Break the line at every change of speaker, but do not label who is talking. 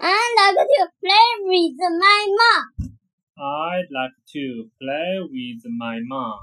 like to play with my mom.
I'd like to play with my mom.